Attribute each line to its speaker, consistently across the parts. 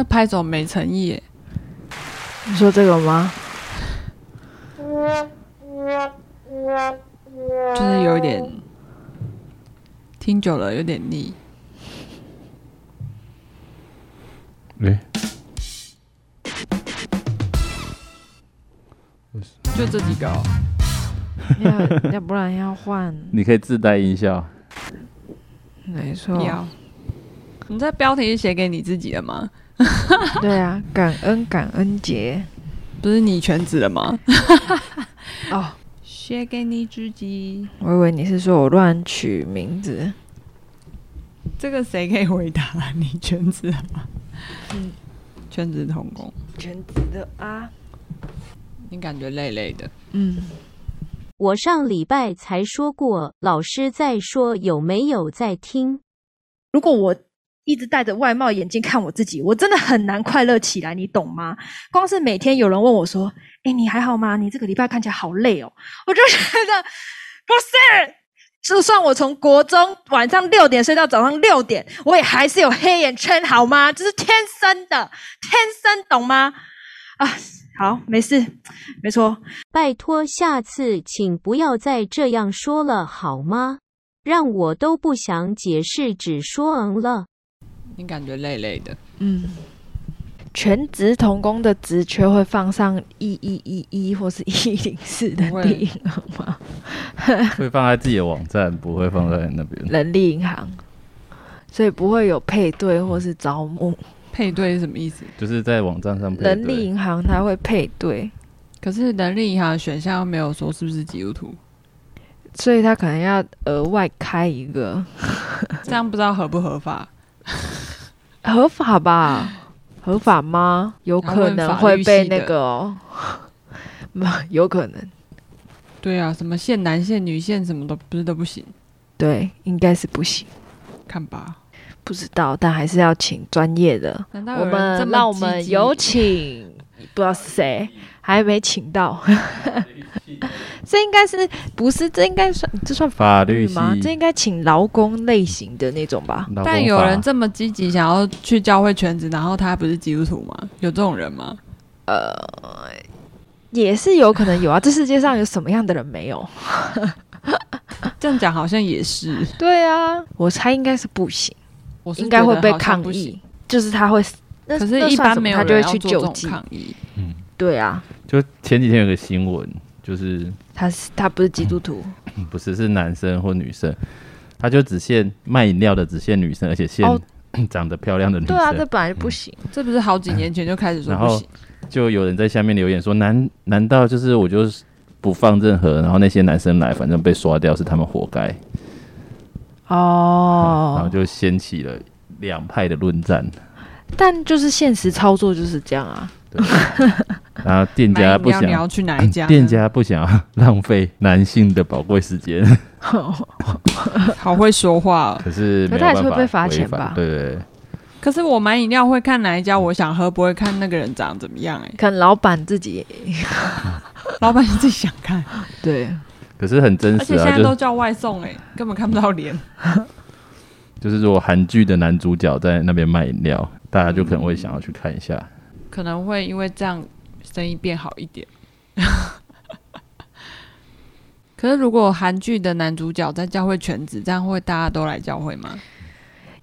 Speaker 1: 那拍走没诚意耶，
Speaker 2: 你说这个吗？
Speaker 1: 就是有一点听久了有点腻。
Speaker 3: 哎、
Speaker 1: 就这几个、哦，
Speaker 2: 要要不然要 换，
Speaker 3: 你可以自带音效。
Speaker 2: 没
Speaker 1: 不
Speaker 2: 错，
Speaker 1: 要。哦你这标题是写给你自己的吗？
Speaker 2: 对啊，感恩感恩节
Speaker 1: 不是你全职的吗？
Speaker 2: 哦，
Speaker 1: 写给你自己。
Speaker 2: 我以为你是说我乱取名字，
Speaker 1: 这个谁可以回答？ 你全职的吗？嗯，全职童工。
Speaker 2: 全职的啊，
Speaker 1: 你感觉累累的，
Speaker 2: 嗯，
Speaker 4: 我上礼拜才说过，老师在说有没有在听？
Speaker 5: 如果我一直戴着外貌眼镜看我自己，我真的很难快乐起来，你懂吗？光是每天有人问我说：“哎，你还好吗？你这个礼拜看起来好累哦。”我就觉得不是，就算我从国中晚上六点睡到早上六点，我也还是有黑眼圈，好吗？这是天生的，天生，懂吗？啊，好，没事，没错，
Speaker 4: 拜托，下次请不要再这样说了好吗？让我都不想解释，只说嗯了。
Speaker 1: 你感觉累累的，
Speaker 2: 嗯，全职童工的职缺会放上一一一一或是一零四的
Speaker 1: 不会
Speaker 2: 地银行吗？
Speaker 3: 会放在自己的网站，不会放在那边。
Speaker 2: 人力银行，所以不会有配对或是招募。
Speaker 1: 配对是什么意思？
Speaker 3: 就是在网站上配对
Speaker 2: 人力银行它会配对，
Speaker 1: 可是人力银行的选项又没有说是不是基督 徒，
Speaker 2: 所以它可能要额外开一个
Speaker 1: 这样不知道合不合法。
Speaker 2: 合法吧？ 合法吗？有可能会被那个 哦，有可能，
Speaker 1: 对啊，什么限男限女限什么都不是都不行，
Speaker 2: 对，应该是不行，
Speaker 1: 看吧。
Speaker 2: 不知道，但还是要请专业的。
Speaker 1: 难道
Speaker 2: 我
Speaker 1: 有人这
Speaker 2: 们
Speaker 1: 么
Speaker 2: 让我
Speaker 1: 积
Speaker 2: 们
Speaker 1: 极
Speaker 2: 有请，不知道是 谁，还没请到。这应该是不是？这应该算这算
Speaker 3: 法
Speaker 2: 法
Speaker 3: 律系，
Speaker 2: 吗？这应该请劳工类型的那种吧？
Speaker 3: 劳
Speaker 1: 但
Speaker 3: 工
Speaker 1: 有
Speaker 3: 法
Speaker 1: 人这么积极想要去教会全职，然后他不是基督徒吗？有这种人吗？
Speaker 2: 也是有可能有啊。这世界上有什么样的人没有？
Speaker 1: 这样讲好像也是，
Speaker 2: 对啊，我猜应该是不行。
Speaker 1: 我是
Speaker 2: 应该
Speaker 1: 觉
Speaker 2: 会
Speaker 1: 得
Speaker 2: 被
Speaker 1: 好像
Speaker 2: 抗
Speaker 1: 不
Speaker 2: 议
Speaker 1: 行。，
Speaker 2: 就是他会，那
Speaker 1: 可是，
Speaker 2: 那
Speaker 1: 一
Speaker 2: 算
Speaker 1: 般
Speaker 2: 什么
Speaker 1: 没有
Speaker 2: 他就
Speaker 1: 人
Speaker 2: 会
Speaker 1: 要
Speaker 2: 去
Speaker 1: 做这
Speaker 2: 救
Speaker 1: 种
Speaker 2: 济。
Speaker 1: 抗议。
Speaker 2: 对啊，
Speaker 3: 就前几天有个新闻，就是
Speaker 2: 他是他不是基督徒
Speaker 3: 嗯不是是男生或女生，他就只限卖饮料的只限女生，而且限、
Speaker 2: 哦
Speaker 3: 长得漂亮的女生。
Speaker 2: 对啊，这本来就
Speaker 3: 嗯
Speaker 2: 不行。
Speaker 1: 这不是好几年前就开始说
Speaker 3: 然
Speaker 1: 不
Speaker 3: 后
Speaker 1: 行，
Speaker 3: 就有人在下面留言说：“难难道就是我就是不放任何，然后那些男生来，反正被刷掉是他们活该。然后
Speaker 2: 哦，
Speaker 3: 就掀起嗯了两派的论战。
Speaker 2: 但就是现实操作就是这 样啊。
Speaker 3: 然后店
Speaker 1: 买
Speaker 3: 家
Speaker 1: 饮
Speaker 3: 不
Speaker 1: 料你
Speaker 3: 想
Speaker 1: 要，去哪一家呢？
Speaker 3: 嗯店家不想 要浪费男性的宝贵 时间，
Speaker 1: 好会说话哦。
Speaker 3: 可是没
Speaker 2: 可他
Speaker 3: 有办
Speaker 2: 还是
Speaker 3: 法
Speaker 2: 会被罚
Speaker 3: 违
Speaker 2: 钱
Speaker 3: 反
Speaker 2: 吧
Speaker 3: 对对对，
Speaker 1: 可是我买饮料会看哪一家我想喝，不会看那个人长怎么样、欸。
Speaker 2: 可能老板 自己
Speaker 1: 老板你自己想 看，
Speaker 2: 对
Speaker 3: 可是很真
Speaker 1: 而
Speaker 3: 实
Speaker 1: 且现
Speaker 3: 啊，
Speaker 1: 在都
Speaker 3: 就
Speaker 1: 叫外送、欸，根本看不到脸。
Speaker 3: 就是如果韩剧的男主角在那边卖饮料，大家就可能会想要去看一下。
Speaker 2: 嗯
Speaker 1: 可能会因为这样生意变好一点。 可是如果韩剧的男主角在教会全职，这样会大家都来教会吗？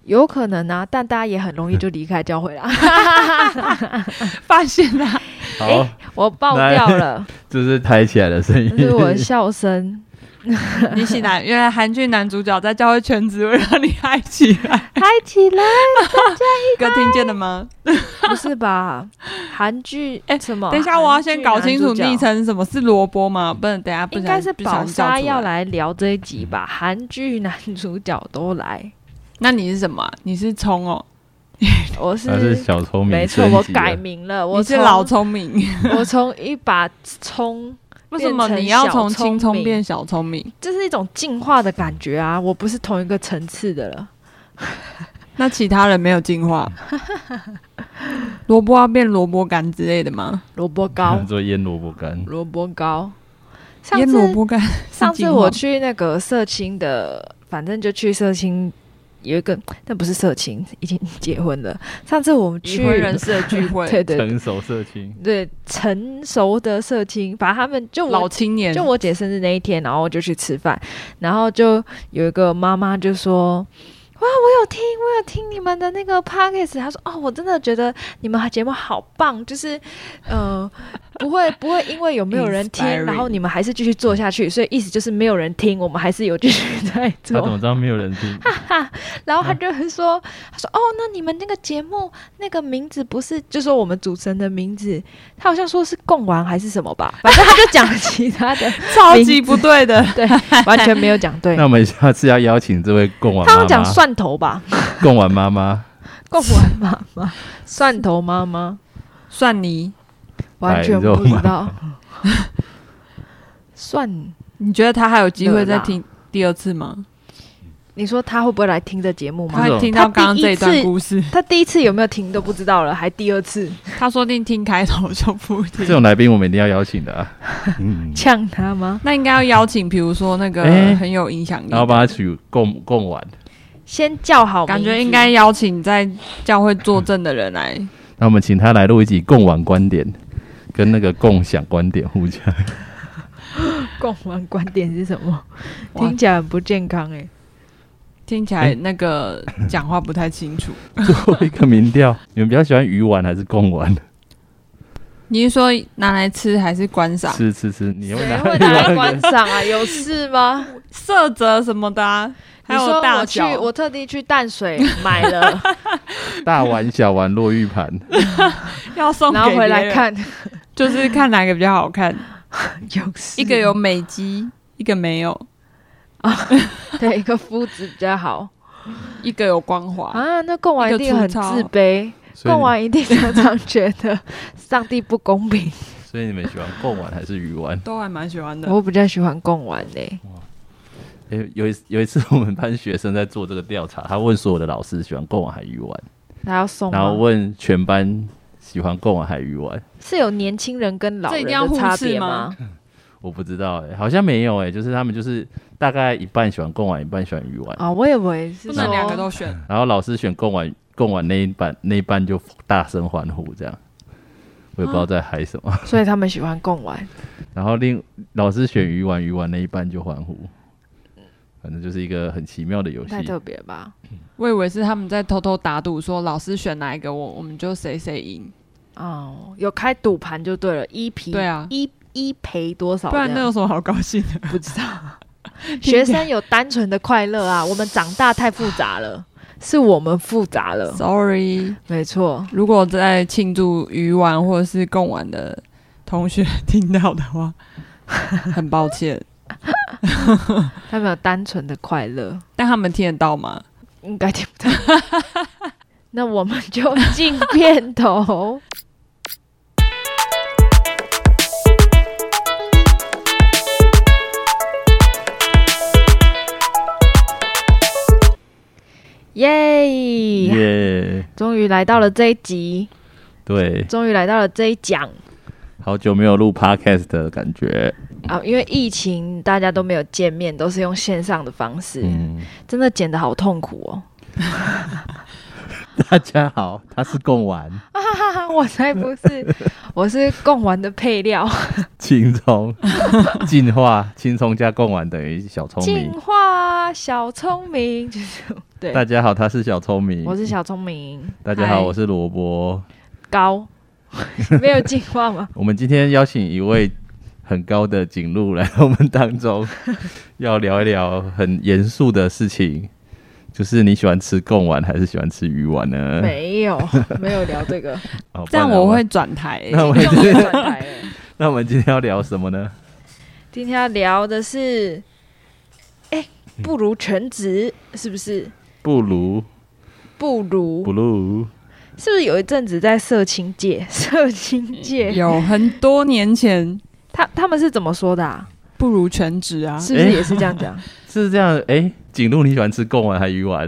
Speaker 2: 有可能啊，但大家也很容易就离开教会啦。
Speaker 3: 嗯
Speaker 1: 发现啦、
Speaker 3: 好，
Speaker 2: 我爆掉了，
Speaker 3: 这是抬起来的声
Speaker 2: 哎这是
Speaker 3: 音。
Speaker 2: 我的笑声。
Speaker 1: 你醒 来，原来韩剧男主角在教会全职，会让你嗨起来。
Speaker 2: 嗨 起来，
Speaker 1: 哥听见了吗？
Speaker 2: 不是吧？韩剧
Speaker 1: 哎
Speaker 2: 什么？
Speaker 1: 等一下，我要先搞清楚
Speaker 2: 韩剧男
Speaker 1: 昵
Speaker 2: 主角
Speaker 1: 称是什么是萝卜吗？不能，等一下不
Speaker 2: 应
Speaker 1: 小
Speaker 2: 该
Speaker 1: 心
Speaker 2: 是
Speaker 1: 不小
Speaker 2: 宝
Speaker 1: 心叫出嗯
Speaker 2: 莎要。来聊这一集吧，韩剧男主角 都来，
Speaker 1: 那你是什么啊、你是葱哦，
Speaker 2: 我
Speaker 3: 他是小聪明
Speaker 2: 没
Speaker 3: 升
Speaker 2: 错，
Speaker 3: 级了，
Speaker 2: 我改名了，我
Speaker 1: 你是
Speaker 2: 从
Speaker 1: 老，聪明。
Speaker 2: 我从一把葱，
Speaker 1: 为什么
Speaker 2: 变成
Speaker 1: 你要从
Speaker 2: 小
Speaker 1: 青
Speaker 2: 聪
Speaker 1: 葱
Speaker 2: 明
Speaker 1: 变小聪明？
Speaker 2: 这是一种进化的感觉啊，我不是同一个层次的了，
Speaker 1: 那其他人没有进 化，萝卜要变萝卜干之类的吗？
Speaker 2: 萝卜糕
Speaker 3: ，做腌萝卜干。
Speaker 2: 萝卜糕，上
Speaker 1: 腌萝
Speaker 2: 次
Speaker 1: 卜干，
Speaker 2: 上
Speaker 1: 进
Speaker 2: 次
Speaker 1: 化
Speaker 2: 我去那个社青的，反正就去社青有一个，但不是社情，已经结婚了。上次我们
Speaker 1: 已
Speaker 2: 去，
Speaker 1: 婚人士的聚 会，
Speaker 2: 对对
Speaker 3: 成熟社青，
Speaker 2: 对，成熟的社青，反正他们就我
Speaker 1: 老青年
Speaker 2: 就我姐生日那一天，然后我就去吃饭，然后就有一个妈妈就说。哇，我有听，我有听你们的那个 podcast。她说：“哦，我真的觉得你们节目好棒，就是，呃，不会不会因为有没有人听，
Speaker 1: Inspiring
Speaker 2: 然后你们还是继续做下去。所以意思就是没有人听，我们还是有继续在
Speaker 3: 他怎
Speaker 2: 做
Speaker 3: 么。知道没有人听？
Speaker 2: 然后他就会说：他说哦，那你们那个节目那个名字不是就说我们主持人的名字，他好像说是贡丸还是什么吧，反正他就讲其他的，
Speaker 1: 超级不对的，
Speaker 2: 对，完全没有讲对
Speaker 3: 那。我们下次要邀请这位贡丸
Speaker 2: 他
Speaker 3: 妈
Speaker 2: 要讲
Speaker 3: 妈，
Speaker 2: 蒜头 吧，
Speaker 3: 贡丸妈妈，
Speaker 2: 贡丸妈妈，蒜头妈妈，
Speaker 1: 蒜泥。
Speaker 2: 完全
Speaker 3: 白肉
Speaker 2: 不知
Speaker 3: 妈
Speaker 2: 道。
Speaker 3: 哎
Speaker 2: 蒜，
Speaker 1: 你觉得他还有机会再
Speaker 2: 啊
Speaker 1: 听第二次吗？
Speaker 2: 你说他会不会来听这节目
Speaker 1: 他
Speaker 2: 吗？
Speaker 1: 会听到刚刚这一段故事，
Speaker 2: 他第一次有没有听都不知道了，还第二次
Speaker 1: 他说不定听开头就不
Speaker 3: 这
Speaker 1: 听。
Speaker 3: 种来宾我们一定要邀请的啊。嗯，
Speaker 2: 呛他吗？
Speaker 1: 那应该要邀请，比如说那个
Speaker 3: 哎
Speaker 1: 很有影响
Speaker 2: 嗯
Speaker 1: 力的，
Speaker 3: 然后帮他取贡贡丸，
Speaker 2: 先叫好名
Speaker 1: 感
Speaker 2: 字，
Speaker 1: 觉应该邀请在教会作证的人来。
Speaker 3: 那我们请他来录一集贡丸观点，跟那个共享观点互 加。
Speaker 2: 共玩观点是什么？
Speaker 1: 哇
Speaker 2: 听起来很不健康哎、
Speaker 1: 听起来那个讲话不太清楚。
Speaker 3: 做一个民调，你们比较喜欢鱼丸还是 贡丸？
Speaker 1: 你是说拿来吃还是观赏？
Speaker 3: 吃吃吃，你会拿
Speaker 2: 谁会拿来观赏 啊？有事吗？
Speaker 1: 色泽什么的、啊，还
Speaker 2: 你
Speaker 1: 有
Speaker 2: 说
Speaker 1: 大
Speaker 2: 我去，
Speaker 1: 小。
Speaker 2: 我特地去淡水买 了，
Speaker 3: 大碗小碗落 玉盘，
Speaker 1: 要送给
Speaker 2: 然后回
Speaker 1: 别
Speaker 2: 来
Speaker 1: 人，
Speaker 2: 看，
Speaker 1: 就是看哪个比较好看。
Speaker 2: 有 事
Speaker 1: 一个有美肌，一个没有，
Speaker 2: 对一个肤质比较好
Speaker 1: 一个有光滑。
Speaker 2: 啊。那贡丸一定很自卑，
Speaker 3: 所以
Speaker 2: 贡
Speaker 3: 你
Speaker 2: 丸一定常 常觉得上帝不公平。
Speaker 3: 所以你们喜欢贡丸还是鱼丸？
Speaker 1: 都还蛮喜欢的。
Speaker 2: 我比较喜欢贡丸嘞，
Speaker 3: 诶、有一有一次我们班学生在做这个调查，他问所有的老师喜欢贡丸还鱼丸，
Speaker 2: 他要送
Speaker 3: 然后
Speaker 2: 吗？
Speaker 3: 问全班喜欢贡丸还鱼丸，
Speaker 2: 是有年轻人跟老
Speaker 1: 这
Speaker 2: 人
Speaker 1: 一定要
Speaker 2: 的
Speaker 1: 互
Speaker 2: 差
Speaker 1: 斥
Speaker 2: 别
Speaker 1: 吗？
Speaker 3: 我不知道诶、好像没有诶、就是他们就是大概一半喜欢贡丸，一半喜欢鱼丸，
Speaker 2: 啊，我以为是
Speaker 1: 不能两个
Speaker 2: 说
Speaker 1: 都选，
Speaker 3: 然后老师选贡丸，贡丸那一班那一班就大声欢呼这样。我也不知道在嗨什么，
Speaker 2: 所以他们喜欢贡丸。
Speaker 3: 然后另老师选鱼丸，鱼丸那一班就欢呼，反正就是一个很奇妙的游戏。
Speaker 2: 太特别吧？
Speaker 1: 我以为是他们在偷偷打赌，说老师选哪一个，我我们就谁谁赢。
Speaker 2: 哦，有开赌盘就对了，一赔
Speaker 1: 对啊
Speaker 2: 一一赔多少
Speaker 1: 不
Speaker 2: 这样？
Speaker 1: 然那有什么好高兴的？
Speaker 2: 不知道。 学生有单纯的快乐啊，我们长大太复杂了，是我们复杂了。
Speaker 1: Sorry，
Speaker 2: 没错，
Speaker 1: 如果在庆祝鱼丸或者是贡丸的同学听到的话，很抱歉，
Speaker 2: 他们有单纯的快乐，
Speaker 1: 但他们听得到吗？
Speaker 2: 应该听不到。 那我们就进片头。耶！
Speaker 3: 耶、
Speaker 2: 终于来到了这一集，
Speaker 3: 对，
Speaker 2: 终于来到了这一讲。
Speaker 3: 好久没有录 podcast 的感觉，
Speaker 2: 啊，因为疫情大家都没有见面，都是用线上的方式，
Speaker 3: 嗯，
Speaker 2: 真的剪得好痛苦哦。
Speaker 3: 大家好，他是贡丸
Speaker 2: 哈哈， 我才不是， 我是贡丸的配料，
Speaker 3: 青葱进化，青葱加贡丸等于小聪
Speaker 2: 进
Speaker 3: 明。
Speaker 2: 化小聪明，就是对，
Speaker 3: 大家好，他是小聪明。
Speaker 2: 我是小聪明
Speaker 3: 大家好，
Speaker 1: 嗨
Speaker 3: 我是萝卜。
Speaker 2: 高， 没有进化 吗？
Speaker 3: 我们今天邀请一位很高的景路来到我们当中，要聊一聊很严肃的事情，就是你喜欢吃贡丸还是喜欢吃鱼丸呢？
Speaker 2: 没有，没有聊这 个，
Speaker 3: 哦，不
Speaker 1: 这样
Speaker 3: 然
Speaker 1: 我会转台、
Speaker 3: 那我
Speaker 2: 听众也转台了。
Speaker 3: 那我们今天要聊什么呢？
Speaker 2: 今天要聊的是，哎、不如全职是不是？
Speaker 3: 不如
Speaker 2: 不如
Speaker 3: 不如。
Speaker 2: 是不是有一阵子在社青界？ 社青
Speaker 3: 嗯
Speaker 2: 界，
Speaker 1: 有很多年前
Speaker 2: 他他们是怎么说的、啊？
Speaker 1: 不如全职啊，
Speaker 2: 是不
Speaker 3: 哎
Speaker 2: 是也是这样 讲？
Speaker 3: 是这样，哎、景路你喜欢吃贡丸还鱼丸？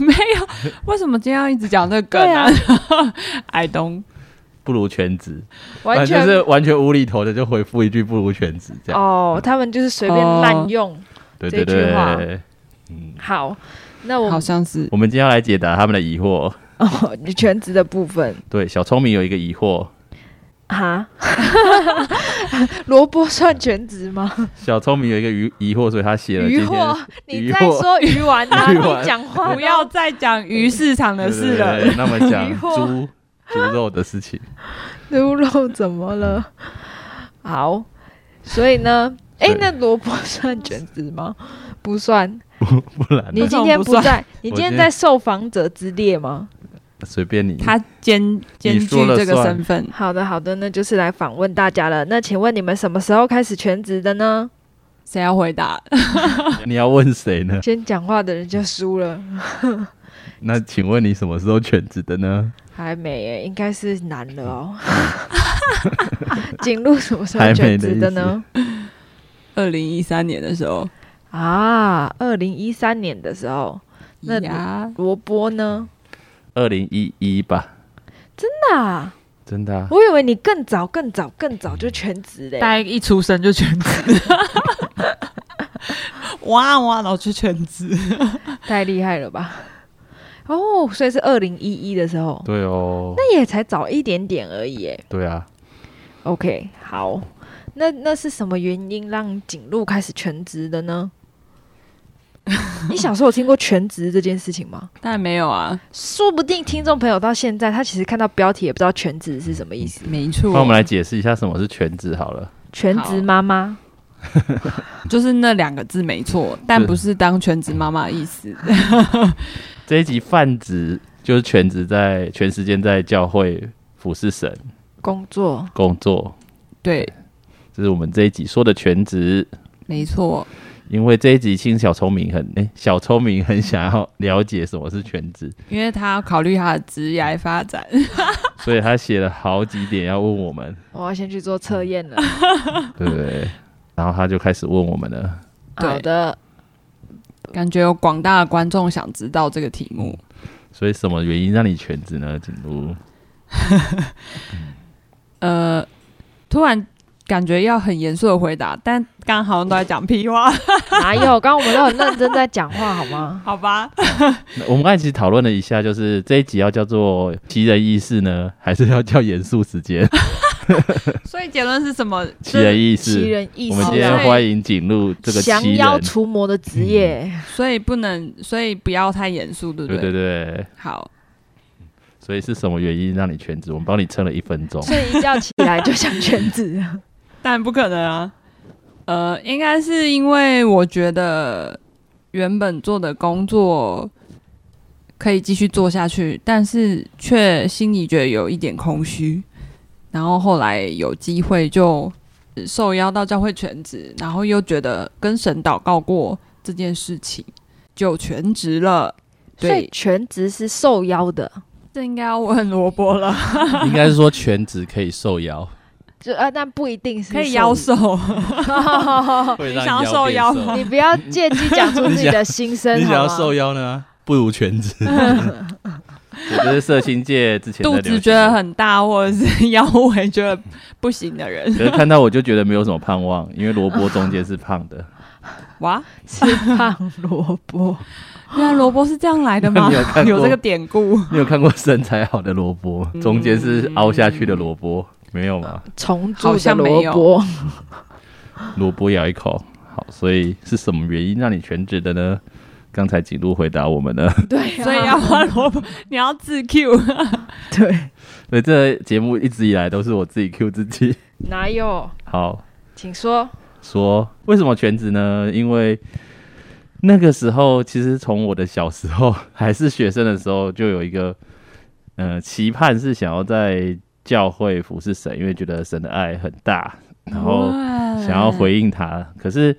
Speaker 1: 没有为什么今天要一直讲这个梗
Speaker 2: 对啊
Speaker 1: 啊？ 矮东、
Speaker 3: 不如全职，
Speaker 2: 完全哦
Speaker 3: 反正就是完全无厘头的，就回复一句不如全职这样。哦
Speaker 2: 哦，他们就是随便滥用。
Speaker 3: 对对
Speaker 2: 这句话
Speaker 3: 对，
Speaker 2: 好，那我
Speaker 1: 好像是
Speaker 3: 我们今天要来解答他们的疑惑。
Speaker 2: 哦，你全职的部分
Speaker 3: 对，小聪明有一个疑惑，
Speaker 2: 哈， 萝卜算全职吗？
Speaker 3: 小聪明有一个疑疑惑，所以他写了今
Speaker 2: 鱼
Speaker 3: 天
Speaker 2: 货，
Speaker 3: 鱼
Speaker 2: 你在
Speaker 3: 货
Speaker 2: 说鱼 丸吗、
Speaker 3: 鱼丸
Speaker 2: 你讲话
Speaker 1: 不要再讲鱼市场的事了。
Speaker 3: 对对对那么讲
Speaker 2: 疑惑
Speaker 3: 猪猪肉的事情，
Speaker 2: 猪肉怎么了？好，所以呢，哎、
Speaker 3: 对
Speaker 2: 那萝卜算全职吗？不算。
Speaker 3: 不然呢
Speaker 2: 你今天
Speaker 1: 不
Speaker 2: 不
Speaker 1: 算
Speaker 2: 在，你今
Speaker 3: 我今
Speaker 2: 天
Speaker 3: 天
Speaker 2: 在受访者之列吗？
Speaker 3: 随便你。
Speaker 1: 他兼兼
Speaker 3: 你
Speaker 1: 具
Speaker 3: 说了
Speaker 1: 这个
Speaker 3: 算
Speaker 1: 身份，
Speaker 2: 好的，好的，那就是来访问大家了。那请问你们什么时候开始全职的呢？
Speaker 1: 谁要回答？
Speaker 3: 你要问谁呢？
Speaker 2: 先讲话的人就输了，
Speaker 3: 那请问你什么时候全职的呢？
Speaker 2: 还没耶，应该是难 了哦。景路什么时候
Speaker 3: 还没
Speaker 2: 全
Speaker 3: 的
Speaker 2: 职
Speaker 3: 意
Speaker 2: 的
Speaker 3: 思
Speaker 2: 呢？
Speaker 1: 二零一三年的时候，
Speaker 2: 啊，二零一三年的时候，那你
Speaker 1: 呀，
Speaker 2: 萝卜呢？
Speaker 3: 二零一一吧，
Speaker 2: 那、
Speaker 3: 真的、啊。
Speaker 2: 我以为你更早、更早、更早就全职嘞、
Speaker 1: 大概一出生就全 职，哇哇，然后就全职。
Speaker 2: 太厉害了吧！哦，所以是二零一一的时候，
Speaker 3: 对哦，
Speaker 2: 那也才早一点点而已耶。
Speaker 3: 对啊，
Speaker 2: OK，好，那那是什么原因让景路开始全职的 呢？你小时候有听过全职这件事情吗？
Speaker 1: 但没有啊，
Speaker 2: 说不定听众朋友到现在，他其实看到标题也不知道全职是什么意思。
Speaker 1: 没错。
Speaker 3: 那我们来解释一下什么是全职好了。
Speaker 2: 全职妈妈，
Speaker 1: 就是那两个字没错，但不是当全职妈妈的意思。
Speaker 3: 这一集泛职就是全职在全时间在教会服侍神
Speaker 2: 工作
Speaker 3: 工作，
Speaker 1: 对，
Speaker 3: 这是我们这一集说的全职。
Speaker 1: 没错。
Speaker 3: 因为这一集听小聪明很哎、小聪明很想要了解什么是全职，
Speaker 1: 因为他要考虑他的职业发展，
Speaker 3: 所以他写了好几点要问我们，
Speaker 2: 我要先去做测验了。
Speaker 3: 对不对？然后他就开始问我们了。
Speaker 1: 对
Speaker 2: 好的，
Speaker 1: 感觉有广大的观众想知道这个题目。
Speaker 3: 所以什么原因让你全职呢？景如，嗯
Speaker 1: 呃，突然感觉要很严肃的回答，但刚刚好像都在讲屁话，
Speaker 2: 哪有？刚刚我们都很认真在讲话，好吗？
Speaker 1: 好 吧？
Speaker 3: 那我们刚才其实讨论了一下，就是这一集要叫做奇人异事呢，还是要叫严肃 时间？
Speaker 1: 所以结论是什么？
Speaker 3: 奇人异
Speaker 2: 奇
Speaker 3: 事。
Speaker 2: 人异
Speaker 3: 我
Speaker 2: 事
Speaker 3: 们
Speaker 2: 啊，
Speaker 3: 今天欢迎景入这个
Speaker 2: 降
Speaker 3: 奇
Speaker 2: 妖
Speaker 3: 人，
Speaker 2: 除魔的职业，
Speaker 1: 所以不能，所以不要太严肃，对不
Speaker 3: 对对
Speaker 1: 对
Speaker 3: 对，
Speaker 1: 好，
Speaker 3: 所以是什么原因让你全职？我们帮你撑了一分钟，
Speaker 2: 所以一觉起来就想全 职。
Speaker 1: 但不可能啊。呃，应该是因为我觉得原本做的工作可以继续做下去，但是却心里觉得有一点空虚。然后后来有机会就呃受邀到教会全职，然后又觉得跟神祷告过这件事情，就全职了。
Speaker 2: 所以
Speaker 1: 对，
Speaker 2: 全职是受邀的，
Speaker 1: 这应该要问萝卜 了，
Speaker 3: 应该是说全职可以受邀，
Speaker 2: 就啊，但不一定是
Speaker 1: 可以邀
Speaker 2: 受
Speaker 1: 手，
Speaker 2: 邀。
Speaker 3: 会
Speaker 1: 你想要受邀吗
Speaker 2: 你不要借机讲出自己的心 声，好吗？
Speaker 3: 邀呢，不如全 职。我觉得社心界之前在
Speaker 1: 肚
Speaker 3: 流
Speaker 1: 子啊
Speaker 3: 行
Speaker 1: 觉得，很大，或者是 腰围觉得不行的人，
Speaker 3: 可是看到我就觉得没有什么盼望，因为萝卜中间是胖的。
Speaker 1: 哇，
Speaker 2: 是胖萝卜，
Speaker 1: 原来萝卜是这样来的吗
Speaker 3: 你有看？过
Speaker 1: 有这个典故，
Speaker 3: 你有看过身材好的萝卜，中间是凹下去的萝卜，没有吗？
Speaker 2: 重
Speaker 1: 好
Speaker 2: 组的
Speaker 1: 像没
Speaker 2: 萝
Speaker 1: 有
Speaker 2: 卜。
Speaker 3: 萝卜咬一口，好，所以是什么原因让你全职的呢？刚才几路回答我们 呢，
Speaker 2: 对 啊，
Speaker 1: 所以要换萝卜，你要自 Q。
Speaker 2: 对，
Speaker 3: 所以这节目一直以来都是我自己 Q 自己。
Speaker 2: 哪有？
Speaker 3: 好，
Speaker 2: 请说。
Speaker 3: 说为什么全职呢？因为那个时候，其实从我的小时候还是学生的时候，就有一个呃期盼，是想要在教会服侍神，因为觉得神的爱很大，然后想要回应他，可是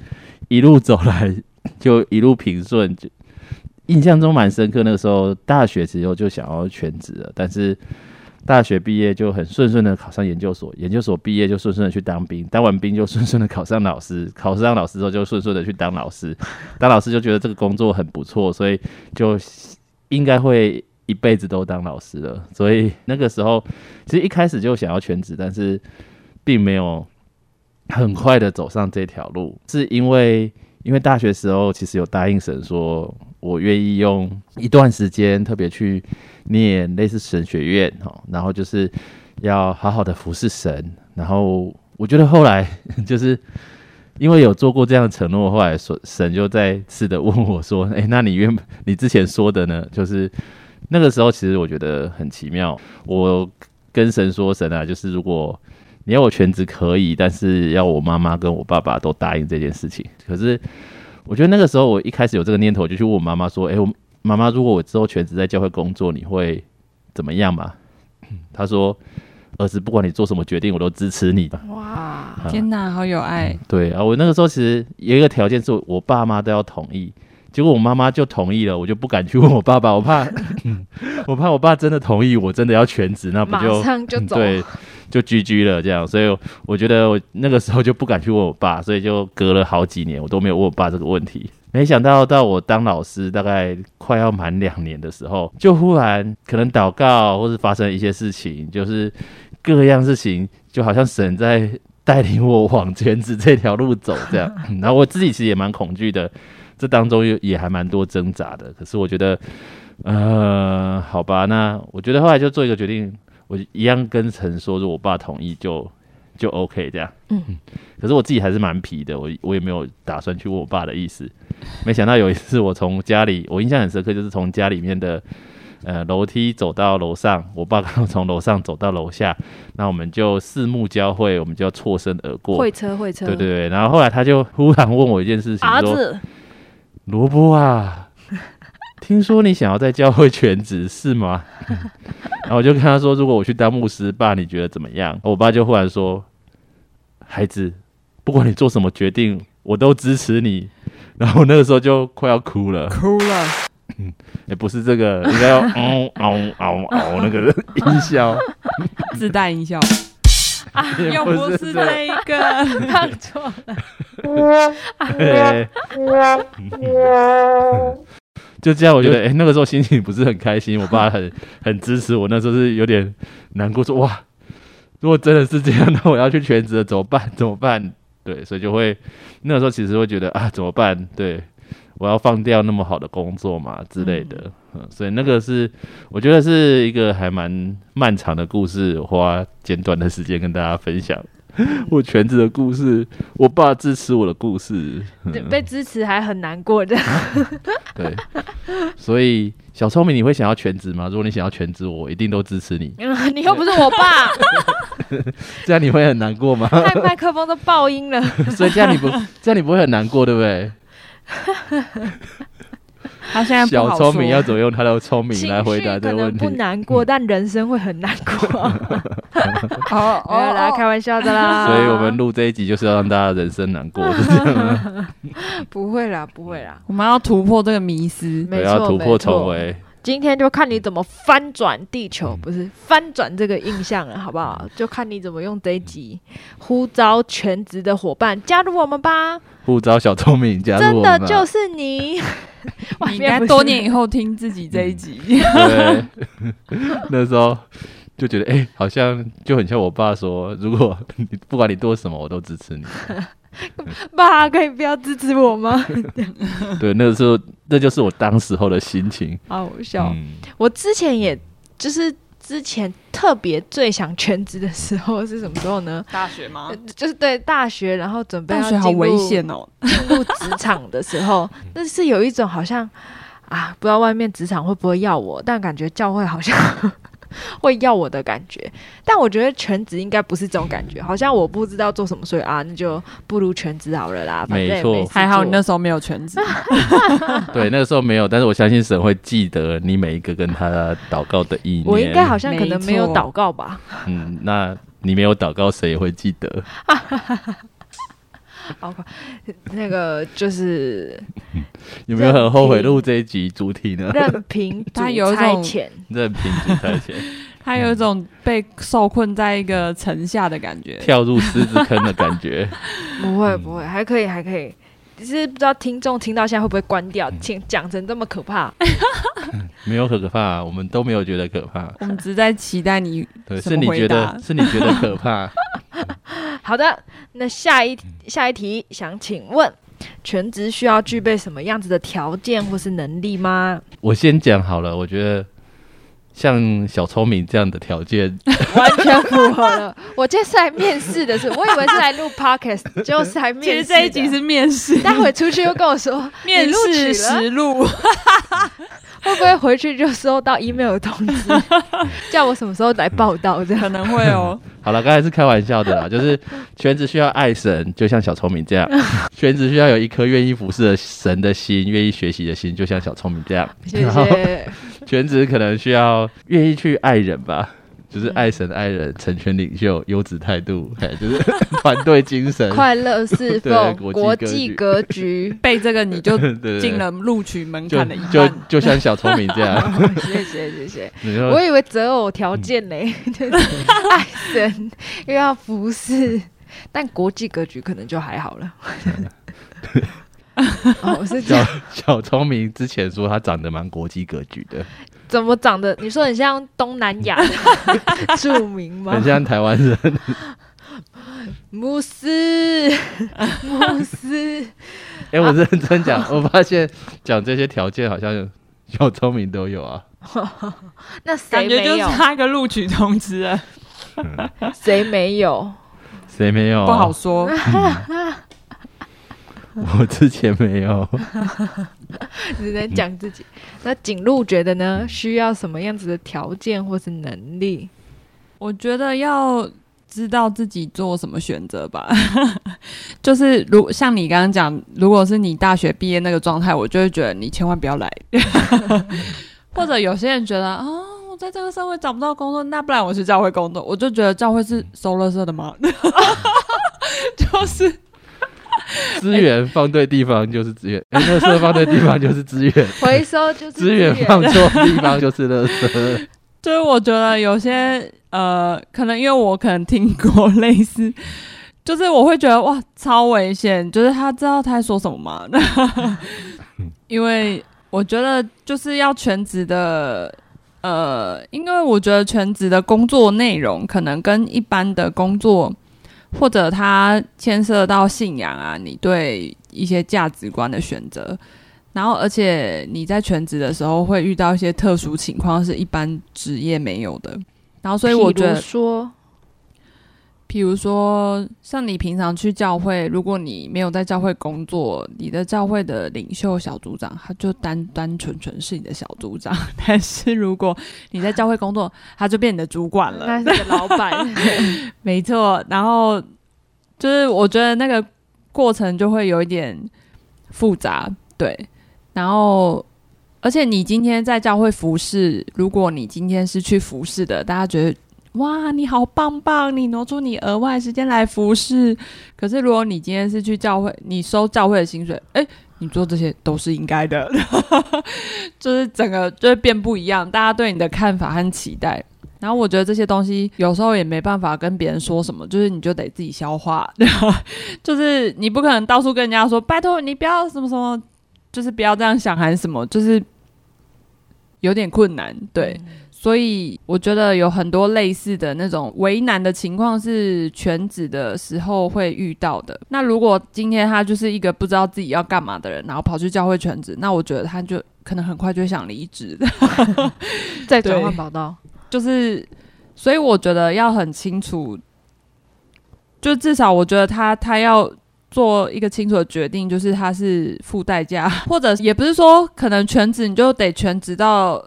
Speaker 3: 一路走来就一路平顺，就印象中蛮深刻。那个时候大学之后就想要全职了，但是大学毕业就很顺顺的考上研究所，研究所毕业就顺顺的去当兵，当完兵就顺顺的考上老师，考上老师之后就顺顺的去当老师，当老师就觉得这个工作很不错，所以就应该会。一辈子都当老师了，所以那个时候其实一开始就想要全职，但是并没有很快的走上这条路，是因为因为大学时候其实有答应神说，我愿意用一段时间特别去念类似神学院哦，然后就是要好好的服侍神。然后我觉得后来就是因为有做过这样的承诺，后来说神就再次的问我说：“哎、那你原你之前说的呢？”就是那个时候，其实我觉得很奇妙。我跟神说：“神啊，就是如果你要我全职可以，但是要我妈妈跟我爸爸都答应这件事情。”可是我觉得那个时候，我一开始有这个念头，就去问我妈妈说：“哎、我妈妈，如果我之后全职在教会工作，你会怎么样嘛？”她说：“儿子，不管你做什么决定，我都支持你吧。”
Speaker 2: 哦哇，
Speaker 1: 天哪，好有爱！
Speaker 3: 对啊，我那个时候其实有一个条件是我爸妈都要同意，结果我妈妈就同意了，我就不敢去问我爸爸，我怕我怕我爸真的同意，我真的要全职，那不
Speaker 2: 马
Speaker 3: 就
Speaker 2: 上就
Speaker 3: 嗯
Speaker 2: 走，
Speaker 3: 对，就居居了这样，所以我我觉得我那个时候就不敢去问我爸，所以就隔了好几年，我都没有问我爸这个问题。没想到到我当老师大概快要满两年的时候，就忽然可能祷告或是发生一些事情，就是各样事情，就好像神在带领我往 全职这条路走这 样。然后我自己其实也蛮恐惧的，这当中也也还蛮多挣扎的。可是我觉得，呃，好吧，那我觉得后来就做一个决定，我一样跟陈说，如果我爸同意就就 OK 这样。
Speaker 2: 嗯，
Speaker 3: 可是我自己还是蛮皮的，我我也没有打算去问我爸的意思。没想到有一次我从家里，我印象很深刻，就是从家里面的。呃，楼梯走到楼上，我爸刚好从楼上走到楼下，那我们就四目交汇，我们就要错身而过。
Speaker 2: 会车会车，
Speaker 3: 对对对，然后后来他就忽然问我一件事情，
Speaker 2: 儿
Speaker 3: 说
Speaker 2: 子，
Speaker 3: 萝卜啊，听说你想要在教会全职是吗？然后我就跟他说，如果我去当牧师，爸你觉得怎么样？我爸就忽然说，孩子，不管你做什么决定，我都支持你。然后那个时候就快要哭了，
Speaker 1: 哭了，
Speaker 3: 也不是这个，应该要嗯嗷嗷嗷嗷嗯那个音效，
Speaker 1: 自带音效，
Speaker 3: 也
Speaker 1: 又不
Speaker 3: 这
Speaker 1: 是
Speaker 3: 个
Speaker 1: 那一个，
Speaker 2: 放错 了，
Speaker 3: 对， 就这样，我觉得哎、诶那个时候心情不是很开心，我爸很 很支持我，那时候是有点难过，说哇，如果真的是这样，那我要去全职了，怎么办？ 怎么办？对，所以就会那个时候其实会觉得啊，怎么办？对，我要放掉那么好的工作嘛之类的。嗯，所以那个是我觉得是一个还蛮漫长的故事，我花简短的时间跟大家分享 我全职的故事，我爸支持我的故事。嗯
Speaker 2: 被支持还很难过 的，
Speaker 3: 对，所以小聪明，你会想要全职吗？如果你想要全职，我一定都支持你。
Speaker 2: 嗯你又不是我 爸，
Speaker 3: 这样你会很难过吗？
Speaker 2: 害麦克风都爆音了，
Speaker 3: 所以这样你不，这样你不会很难过，对不对？
Speaker 1: 他现在不
Speaker 3: 小
Speaker 1: 好
Speaker 3: 聪明
Speaker 1: 说
Speaker 3: 要怎么用他的聪明
Speaker 2: 情
Speaker 3: 来回
Speaker 2: 绪
Speaker 3: 答这
Speaker 2: 可
Speaker 3: 个问
Speaker 2: 能
Speaker 3: 题嗯
Speaker 2: 不？难过，但人生会很难 过，
Speaker 1: 哦
Speaker 2: 没有
Speaker 1: 哦，
Speaker 2: 啦，
Speaker 1: 哦
Speaker 2: 开玩笑的啦，
Speaker 3: 所以我们录这一集就是要让大家人生难 过，是这样吗？
Speaker 2: 不会啦，不会啦，
Speaker 1: 我们要突破这个迷思，
Speaker 2: 没
Speaker 3: 对，
Speaker 2: 错
Speaker 3: 要突破重。
Speaker 2: 没错
Speaker 3: 围。
Speaker 2: 今天就看你怎么翻转地球，
Speaker 1: 嗯
Speaker 2: 不是翻转这个印象 了，好不好？就看你怎么用这一集呼召全职的伙伴加入我们吧，
Speaker 3: 呼召小聪明加入
Speaker 2: 真
Speaker 3: 我
Speaker 2: 的
Speaker 3: 们吧，啊
Speaker 2: 就是你。 外
Speaker 1: 你应
Speaker 2: 面
Speaker 1: 该
Speaker 2: 不是
Speaker 1: 多年以后听自己这一集。
Speaker 3: 对， 那时候就觉得，哎、好像就很像我爸说，如果你不管你做什么，我都支持你。
Speaker 2: 爸，可以不要支持我吗？
Speaker 3: 对，那个时候，那就是我当时候的心情。
Speaker 2: 好笑。
Speaker 3: 嗯
Speaker 2: 我之前也就是之前特别最想全职的时候是什么时候呢？
Speaker 1: 大学吗
Speaker 2: 呃就是对大学，然后准备
Speaker 1: 大
Speaker 2: 要
Speaker 1: 学好
Speaker 2: 进入
Speaker 1: 危险哦！
Speaker 2: 进入职场的时候，
Speaker 3: 嗯
Speaker 2: 那是有一种好像啊，不知道外面职场会不会要我，但感觉教会好像 会要我的感觉。但我觉得全职应该不是这种感觉，好像我不知道做什么，所以啊，那就不如全职好了啦。反正也
Speaker 3: 没错
Speaker 2: 没事
Speaker 1: 还好你那
Speaker 2: 做
Speaker 1: 时候没有全职，
Speaker 3: 对，那个时候没有，但是我相信神会记得你每一个跟他祷告的意念。
Speaker 2: 我应该好像可能没有
Speaker 1: 没错
Speaker 2: 祷告吧。
Speaker 3: 嗯，那你没有祷告，谁也会记得。
Speaker 2: 好，那个就是
Speaker 3: 有没有很后悔录这一集主题呢？
Speaker 2: 任凭主
Speaker 1: 他有一
Speaker 2: 差
Speaker 1: 种
Speaker 2: 遣，
Speaker 3: 任凭主太前
Speaker 1: 他有一种被受困在一个城下的感觉。
Speaker 3: 跳入狮子坑的感觉。
Speaker 2: 不会
Speaker 3: 嗯
Speaker 2: 不会，还可以还可以。只是不知道听众听到现在会不会关掉，
Speaker 3: 嗯
Speaker 2: 请讲成这么可怕，
Speaker 3: 没有可怕、我们都没有觉得可怕。
Speaker 1: 我们只在期待你
Speaker 3: 对，
Speaker 1: 什
Speaker 3: 是
Speaker 1: 么
Speaker 3: 你
Speaker 1: 回
Speaker 3: 觉
Speaker 1: 答
Speaker 3: 得，是你觉得可怕。
Speaker 2: 好的，那下一下一题想请问，全职需要具备什么样子的条件或是能 力吗？
Speaker 3: 我先讲好了，我觉得像小聪明这样的条件，
Speaker 2: 完全符合了。我今天是来面试的是，我以为是来录 podcast，结果是来面
Speaker 1: 其
Speaker 2: 试的。
Speaker 1: 实这一集是面 试，
Speaker 2: 待会出去又跟我说
Speaker 1: 面
Speaker 2: 你录
Speaker 1: 试
Speaker 2: 取了，
Speaker 1: 实录，
Speaker 2: 会不会回去就收到 email 的 通知，叫我什么时候来报道这
Speaker 1: 可
Speaker 2: 样？
Speaker 1: 能会哦。
Speaker 3: 好了，刚才是开玩笑 的啦，就是全职需要爱神，就像小聪明这样；全职需要有一颗愿意服侍的神的心，愿意学习的心，就像小聪明这样。
Speaker 2: 谢
Speaker 3: 然后
Speaker 2: 谢。
Speaker 3: 全职可能需要愿意去爱人吧，就是爱神、爱人、成全领袖、优质态度，嘿就是团队精 神。
Speaker 2: 快
Speaker 1: 。
Speaker 2: 乐侍
Speaker 3: 对
Speaker 2: 奉国
Speaker 3: 国际格
Speaker 2: 际
Speaker 3: 局
Speaker 2: 格局
Speaker 1: 背这个你就
Speaker 3: 对对对
Speaker 1: 进了录取门
Speaker 3: 就
Speaker 1: 槛的一
Speaker 3: 就
Speaker 1: 半。
Speaker 3: 就像小聪明这样，
Speaker 2: 谢谢谢谢，
Speaker 3: 你 说
Speaker 2: 我以为择偶条件呢，
Speaker 3: 嗯
Speaker 2: 就是爱神又要服侍，但国际格局可能就还好 了。哦，我是这
Speaker 3: 小
Speaker 2: 样，
Speaker 3: 小聪明之前说他长得蛮国际格局的，
Speaker 2: 怎么长得？你说很像东南亚 的著名吗？
Speaker 3: 很像台湾 人。
Speaker 2: 慕斯， 慕斯，
Speaker 3: 哎、我认真讲，我发现讲这些条件好像小聪明都有啊。
Speaker 2: 那谁
Speaker 1: 感觉
Speaker 2: 没
Speaker 1: 就
Speaker 2: 有？
Speaker 1: 差一个录取通知了，
Speaker 2: 谁没 有？
Speaker 3: 谁没有？
Speaker 1: 不好，说。
Speaker 3: 我之前没 有。
Speaker 2: 只能讲自己。那景路觉得呢？需要什么样子的条件或是能力？
Speaker 1: 我觉得要知道自己做什么选择吧。 就是如像你刚刚讲，如果是你大学毕业那个状态，我就会觉得你千万不要来。 或者有些人觉得啊、我在这个社会找不到工作，那不然我去教会工作。我就觉得教会是收垃圾的吗？ 就是
Speaker 3: 资源放对地方就是资源， 哎、垃圾放对地方就是资源，
Speaker 2: 回收就是
Speaker 3: 资源放错地方就是垃圾。
Speaker 1: 就是我觉得有些呃，可能因为我可能听过类似，就是我会觉得哇，超危险，就是他知道他在说什么吗？ 因为我觉得就是要全职的，呃，因为我觉得全职的工作内容可能跟一般的工作，或者它牵涉到信仰啊，你对一些价值观的选择，然后而且你在全职的时候会遇到一些特殊情况，是一般职业没有的。然后所以我觉
Speaker 2: 譬如
Speaker 1: 得，
Speaker 2: 说，
Speaker 1: 譬如说，像你平常去教会，如果你没有在教会工作，你的教会的领袖小组长，他就单单纯纯是你的小组长； 但是如果你在教会工作，他就变你的主管了。
Speaker 2: 那是个老板，
Speaker 1: 没错，然后就是我觉得那个过程就会有一点复杂，对。然后，而且你今天在教会服侍，如果你今天是去服侍的，大家觉得哇，你好棒棒，你挪出你额外时间来服侍。可是如果你今天是去教会，你收教会的薪水， 哎，你做这些都是应该的， 就是整个就会变不一样，大家对你的看法和期待。然后我觉得这些东西有时候也没办法跟别人说什么，就是你就得自己消化，就是你不可能到处跟人家说，拜托你不要什么什么，就是不要这样想，还是什么，就是有点困难，对。所以我觉得有很多类似的那种为难的情况是全职的时候会遇到的。那如果今天他就是一个不知道自己要干嘛的人，然后跑去教会全职，那我觉得他就可能很快就会想离职。
Speaker 2: 再转换宝刀。
Speaker 1: 就是，所以我觉得要很清楚，就至少我觉得他他要做一个清楚的决定，就是他是付代价，或者也不是说可能全职你就得全职到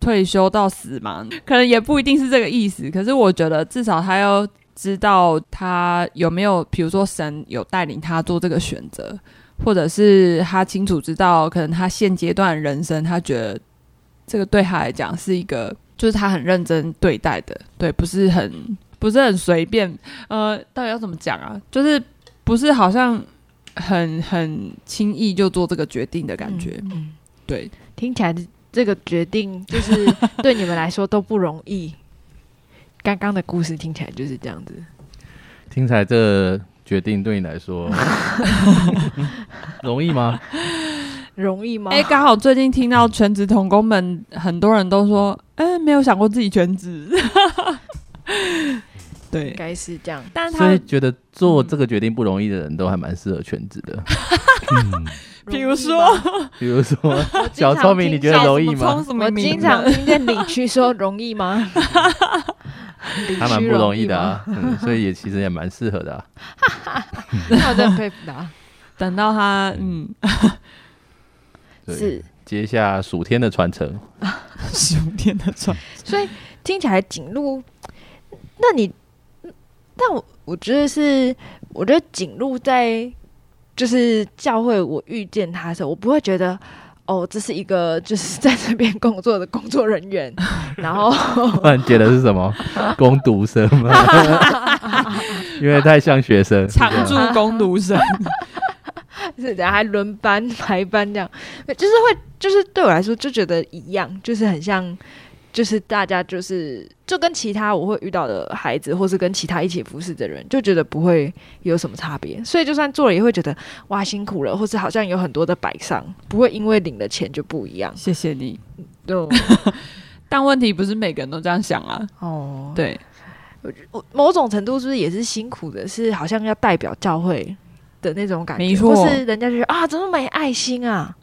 Speaker 1: 退休到死嘛，可能也不一定是这个意思。可是我觉得至少他要知道他有没有，比如说神有带领他做这个选择。或者是他清楚知道，可能他现阶段人生，他觉得这个对他来讲是一个，就是他很认真对待的，对，不是很不是很随便。呃，到底要怎么讲啊？就是不是好像很很轻易就做这个决定的感觉，
Speaker 2: 嗯嗯
Speaker 1: 对，
Speaker 2: 听起来这个决定就是对你们来说都不容易。刚刚的故事听起来就是这样子，
Speaker 3: 听起来这决定对你来 说容易吗？
Speaker 2: 容易吗？
Speaker 1: 哎、刚好最近听到全职童工哎们，很多人都说，嗯、没有想过自己全职。 对
Speaker 2: 应，该是这样。
Speaker 1: 但
Speaker 3: 所
Speaker 1: 他
Speaker 3: 以觉得做这个决定不容易的人都还蛮适合全职 的。嗯，
Speaker 1: 比
Speaker 2: 容
Speaker 1: 如
Speaker 2: 易
Speaker 1: 说
Speaker 2: 吗
Speaker 3: 比如说
Speaker 2: 经
Speaker 3: 小
Speaker 2: 常
Speaker 3: 聪明，
Speaker 2: 听
Speaker 3: 你觉得
Speaker 1: 小
Speaker 3: 容
Speaker 1: 什
Speaker 3: 易
Speaker 1: 么
Speaker 3: 吗
Speaker 1: 聪？什么
Speaker 2: 我
Speaker 1: 明
Speaker 2: 经
Speaker 1: 的
Speaker 2: 常听见李区说容易吗？李
Speaker 3: 还蛮
Speaker 2: 区
Speaker 3: 不容易的
Speaker 2: 吗
Speaker 3: 啊，嗯所以也其实也蛮适合的啊。
Speaker 2: 那我真的啊很佩服 他。
Speaker 1: 等到他嗯，
Speaker 3: 对
Speaker 2: 是，
Speaker 3: 接下暑天的传承，
Speaker 1: 十五天的床，
Speaker 2: 所以听起来景路，那你，但我我觉得是，我觉得景路在就是教会我遇见他的时候，我不会觉得。哦，这是一个就是在这边工作的工作人员，然后
Speaker 3: 不然觉得是什么？攻读生吗？因为太像学生，是这
Speaker 1: 常
Speaker 3: 样
Speaker 1: 驻攻读生，
Speaker 2: 是的，还轮班 排班这样，就是会，就是对我来说就觉得一样，就是很像，就是大家就是就跟其他我会遇到的孩子，或是跟其他一起服侍的人，就觉得不会有什么差别，所以就算做了也会觉得哇辛苦了，或是好像有很多的摆上，不会因为领了钱就不一样。
Speaker 1: 谢谢你。
Speaker 2: 就
Speaker 1: 但问题不是每个人都这样想啊，
Speaker 2: 哦，
Speaker 1: 对，
Speaker 2: 我某种程度是不是也是辛苦的，是好像要代表教会的那种感觉，
Speaker 1: 没错
Speaker 2: 或是人家就觉得啊，怎么没爱心啊？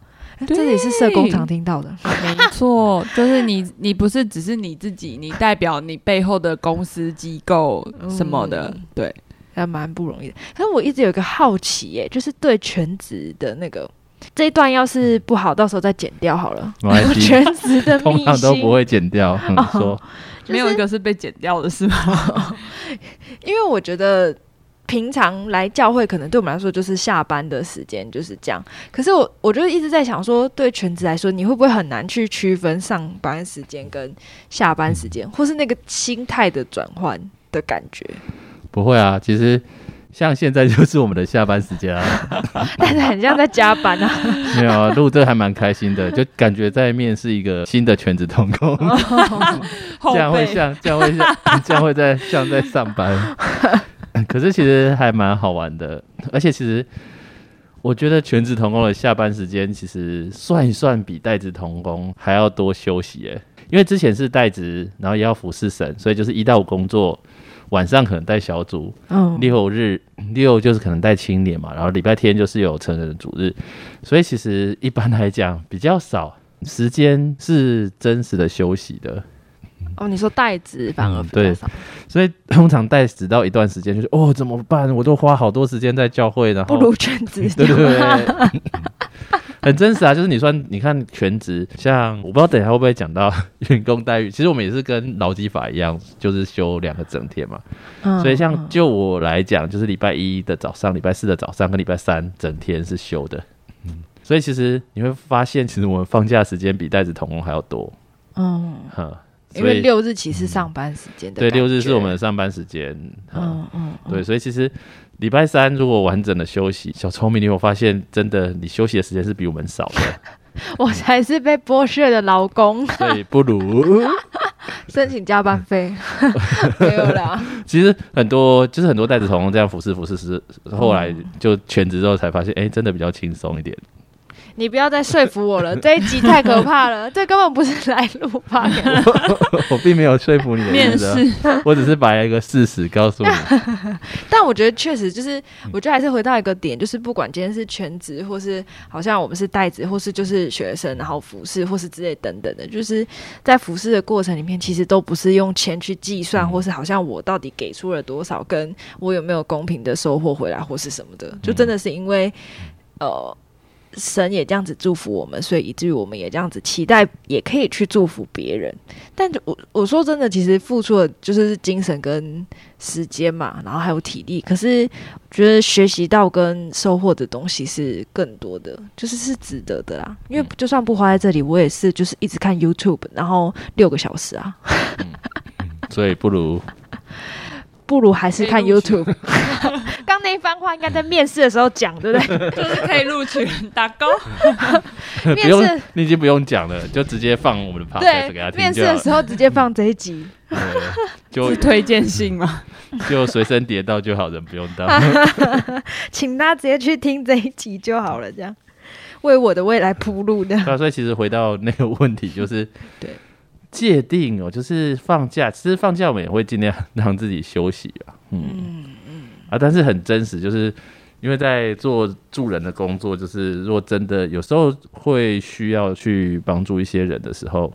Speaker 2: 这
Speaker 1: 对
Speaker 2: 也是社工常听到的。
Speaker 1: 啊没错，就是你，你不是只是你自己，你代表你背后的公司机构什么的，
Speaker 2: 嗯
Speaker 1: 对，
Speaker 2: 还蛮不容易的。可是我一直有一个好奇、耶，就是对全职的那个这一段，要是不好，到时候再剪掉好 了。
Speaker 3: 没关系
Speaker 2: 全职的秘
Speaker 3: 通
Speaker 2: 辛
Speaker 3: 常都不，会剪掉。嗯
Speaker 2: 哦，
Speaker 3: 说
Speaker 2: 就是
Speaker 1: 没有一个是被剪掉的，是吗？
Speaker 2: 因为我觉得平常来教会，可能对我们来说就是下班的时间就是这样。可是我我就一直在想说，对全职来说，你会不会很难去区分上班时间跟下班时间，或是那个心态的转换的感觉？
Speaker 3: 不会啊，其实像现在就是我们的下班时间啊。
Speaker 2: 但是很像在加班啊。
Speaker 3: 没有啊，录这还蛮开心的，就感觉在面试一个新的全职童工，
Speaker 1: 后
Speaker 3: 这样会
Speaker 1: 背
Speaker 3: 像这样会像 这样会在像在上班。可是其实还蛮好玩的，而且其实我觉得全职童工的下班时间，其实算一算比代职童工还要多休息诶，因为之前是代职，然后也要服侍神，所以就是一到五工作，晚上可能带小组，
Speaker 2: 嗯，
Speaker 3: 六日六就是可能带青年嘛，然后礼拜天就是有成人的主日，所以其实一般来讲比较少时间是真实的休息的，
Speaker 2: 哦，你说代职反而
Speaker 3: 嗯
Speaker 2: 比较
Speaker 3: 对
Speaker 2: 少
Speaker 3: 所以通常带直到一段时间就是哦怎么办？我都花好多时间在教会，然
Speaker 2: 不
Speaker 3: 后。
Speaker 2: 如全职
Speaker 3: 对对对，很真实啊，就是你算你看全职，像我不知道等一下会不会讲到员工待遇，其实我们也是跟劳基法一样，就是休两个整天嘛，
Speaker 2: 嗯
Speaker 3: 所以像就我来讲，就是礼拜一的早上、礼拜四的早上跟礼拜三整天是休的。嗯所以其实你会发现，其实我们放假时间比带子童工还要多。
Speaker 2: 嗯，
Speaker 3: 哼，
Speaker 2: 因
Speaker 3: 所
Speaker 2: 为
Speaker 3: 以
Speaker 2: 六日其实上班时间的
Speaker 3: 对
Speaker 2: 感觉
Speaker 3: 六日是我们的上班时间。嗯，
Speaker 2: 嗯嗯嗯
Speaker 3: 对，所以其实礼拜三如果完整的休息，小聪明，你有发现真的你休息的时间是比我们少 的，
Speaker 2: 我才是被剥削的劳工，
Speaker 3: 所以不如
Speaker 2: 申请加班 费没有啦。
Speaker 3: 其实很多就是很多带子童工这样服侍服侍是，后来就全职之后才发现，哎、真的比较轻松一点。
Speaker 2: 你不要再说服我了，这一集太可怕了，这根本不是 来录吧？
Speaker 3: 我并没有说服你的
Speaker 1: 面
Speaker 3: 意思啊
Speaker 1: 试，
Speaker 3: 我只是把一个事实告 诉你。
Speaker 2: 但我觉得确实就是，我觉得还是回到一个点，就是不管今天是全职，或是好像我们是代职，或是就是学生，然后服侍，或是之类等等的，就是在服侍的过程里面，其实都不是用钱去计算，
Speaker 3: 嗯
Speaker 2: 或是好像我到底给出了多少，跟我有没有公平的收获回来，或是什么的，就真的是因为呃。神也这样子祝福我们，所以以至于我们也这样子期待，也可以去祝福别人。但我我说真的，其实付出的就是精神跟时间嘛，然后还有体力。可是觉得学习到跟收获的东西是更多的，就是是值得的啦。因为就算不花在这里，我也是就是一直看 YouTube，然后六个小时啊，
Speaker 3: 所以不如
Speaker 2: 不如还是看
Speaker 1: 可以录
Speaker 2: YouTube。刚那一番话应该在面试的时候讲，对不对？
Speaker 1: 就是可以录取打勾，
Speaker 3: 不
Speaker 2: 面试
Speaker 3: 用，你已经不用讲了，就直接放我们的 podcast 给他
Speaker 2: 对，
Speaker 3: 听
Speaker 2: 面试
Speaker 3: 就
Speaker 2: 的
Speaker 3: 好
Speaker 2: 时候直接放这一集。
Speaker 3: 了。对
Speaker 1: 是
Speaker 3: 就
Speaker 1: 推荐信吗？
Speaker 3: 就随身碟到就好，人不用 到。
Speaker 2: 请大家直接去听这一集就好了，这样为我的未来铺路的。
Speaker 3: 对啊所以其实回到那个问题，就是
Speaker 2: 对
Speaker 3: 界定哦，就是放假，其实放假我们也会尽量让自己休息吧，嗯啊，但是很真实，就是因为在做助人的工作，就是如果真的有时候会需要去帮助一些人的时候，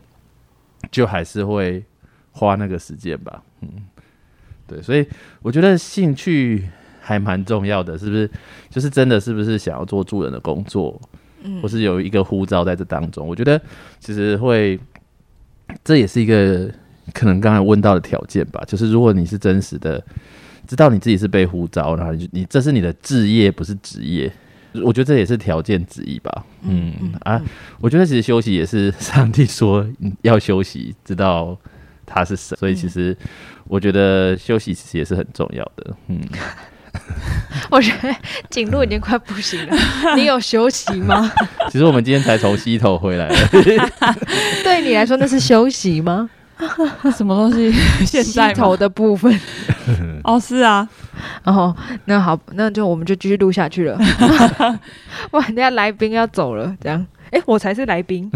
Speaker 3: 就还是会花那个时间吧，嗯，对，所以我觉得兴趣还蛮重要的，是不是？就是真的是不是想要做助人的工作，嗯，或是有一个呼召在这当中，我觉得其实会。这也是一个可能刚才问到的条件吧，就是如果你是真实的，知道你自己是被呼召，然后你就你这是你的置业，不是职业。我觉得这也是条件之一吧，嗯啊，我觉得其实休息也是上帝说嗯要休息，知道他是神，所以其实我觉得休息其实也是很重要的，嗯，
Speaker 2: 我觉得景路已经快不行 了，你有休息吗？
Speaker 3: 其实我们今天才从西头回来，
Speaker 2: 对你来说那是休息吗？
Speaker 1: 什么东 西？现在
Speaker 2: 吸头
Speaker 1: 吗
Speaker 2: 的部分。
Speaker 1: 哦，是啊，
Speaker 2: 哦，那好，那就我们就继续录下去 了。哇，人家来宾要走了，这样。哎，我才是来 宾。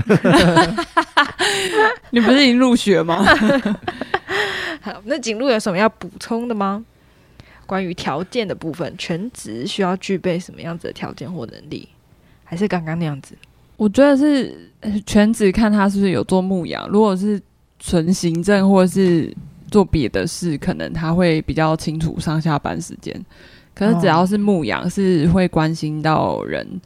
Speaker 1: 你不是已经入学吗？
Speaker 2: 好，那景路有什么要补充的吗？关于条件的部分，全职需要具备什么样子的条件或能力？还是刚刚那样子？
Speaker 1: 我觉得是呃全职看他是不是有做牧羊，如果是纯行政或者是做别的事，可能他会比较清楚上下班时间。可是只要是牧羊，是会关心到人，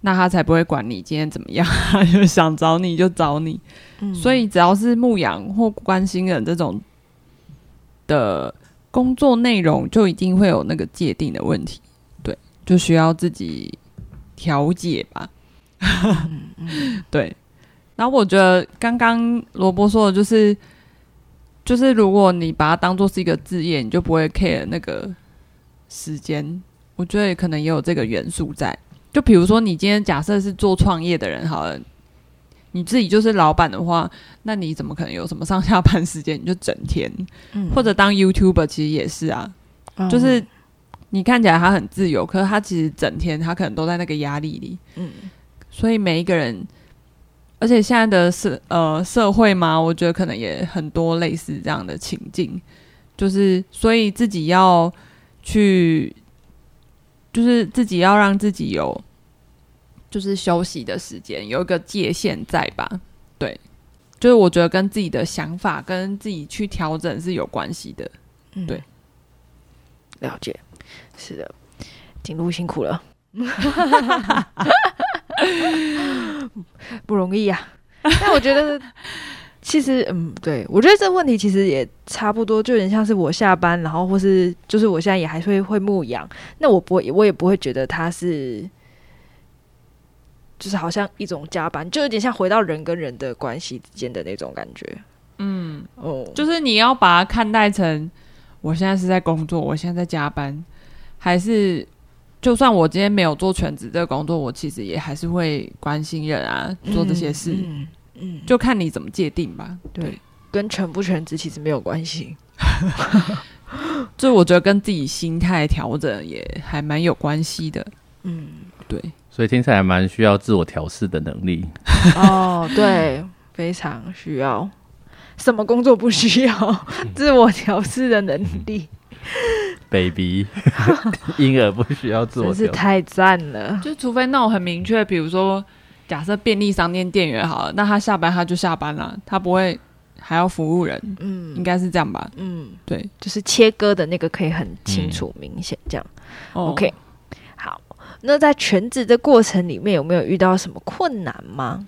Speaker 1: 那他才不会管你今天怎么样， 他就想找你就找你。
Speaker 2: 嗯
Speaker 1: 所以只要是牧羊或关心人这种的工作内容，就一定会有那个界定的问题，对，就需要自己调解吧。对，然后我觉得刚刚罗伯说的就是，就是如果你把它当做是一个职业，你就不会 care 那个时间。我觉得可能也有这个元素在。就比如说，你今天假设是做创业的人好了，你自己就是老板的话，那你怎么可能有什么上下班时间？你就整天，
Speaker 2: 嗯
Speaker 1: 或者当 YouTuber 其实也是啊，
Speaker 2: 嗯
Speaker 1: 就是你看起来他很自由，可是他其实整天他可能都在那个压力里。
Speaker 2: 嗯
Speaker 1: 所以每一个人，而且现在的社呃社会嘛，我觉得可能也很多类似这样的情境，就是所以自己要去，就是自己要让自己有就是休息的时间，有一个界限在吧？对，就是我觉得跟自己的想法跟自己去调整是有关系的。
Speaker 2: 嗯
Speaker 1: 对，
Speaker 2: 了解。是的，景路辛苦 了，不容易呀、啊但我觉得，其实，嗯，对我觉得这问题其实也差不多，就有点像是我下班，然后或是就是我现在也还是会会牧羊，那我不会，我也不会觉得它是。就是好像一种加班，就有点像回到人跟人的关系之间的那种感觉。
Speaker 1: 嗯，
Speaker 2: 哦，
Speaker 1: 就是你要把它看待成，我现在是在工作，我现在在加班，还是就算我今天没有做全职这个工作，我其实也还是会关心人啊，做这些事，
Speaker 2: 嗯嗯，
Speaker 1: 就看你怎么界定吧。
Speaker 2: 对，跟全不全职其实没有关系。
Speaker 1: 这我觉得跟自己心态调整也还蛮有关系的。
Speaker 2: 嗯，
Speaker 1: 对，
Speaker 3: 所以听起来蛮需要自我调试的能力。
Speaker 2: 哦，对， 非常需要。什么工作不需要 自我调试的能力？
Speaker 3: baby，婴儿不需要自我
Speaker 2: 真是
Speaker 3: 调整。
Speaker 2: 太赞了！
Speaker 1: 就除非那种很明确，比如说假设便利商店店员好了，那他下班他就下班了，他不会还要服务人，应
Speaker 2: 嗯
Speaker 1: 该是这样吧？
Speaker 2: 嗯，
Speaker 1: 对、
Speaker 2: 就是切割的那个可以很清楚、明显这样。
Speaker 1: 哦
Speaker 2: OK，好。那在全职的过程里面，有没有遇到什么困难吗？